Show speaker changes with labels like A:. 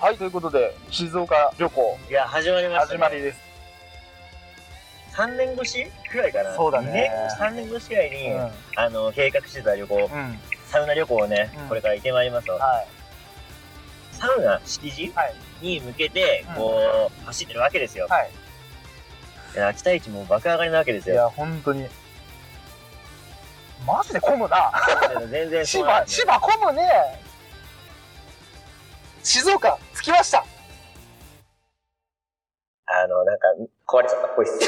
A: はい、ということで、静岡旅行、
B: いや、始まりました、
A: 始まりです。
B: 3年越しくらいかな。
A: そうだね
B: 2年3年越しくらいに、
A: うん。
B: あの、計画してた旅行、
A: うん
B: サウナ旅行をね、
A: うん
B: これから行ってまいりますと。
A: はい。
B: サウナ敷地、
A: はい
B: に向けて
A: うん、
B: こう、走ってるわけですよ。
A: はい。
B: いや、期待値も爆上がりなわけです
A: い
B: よ。
A: や、本当に。マジで混むな。
B: 全然
A: 千
B: そうなん
A: 葉、
B: で
A: 千葉混むね。静岡、着きました。
B: あの、なんか、壊れちゃったっぽいっす。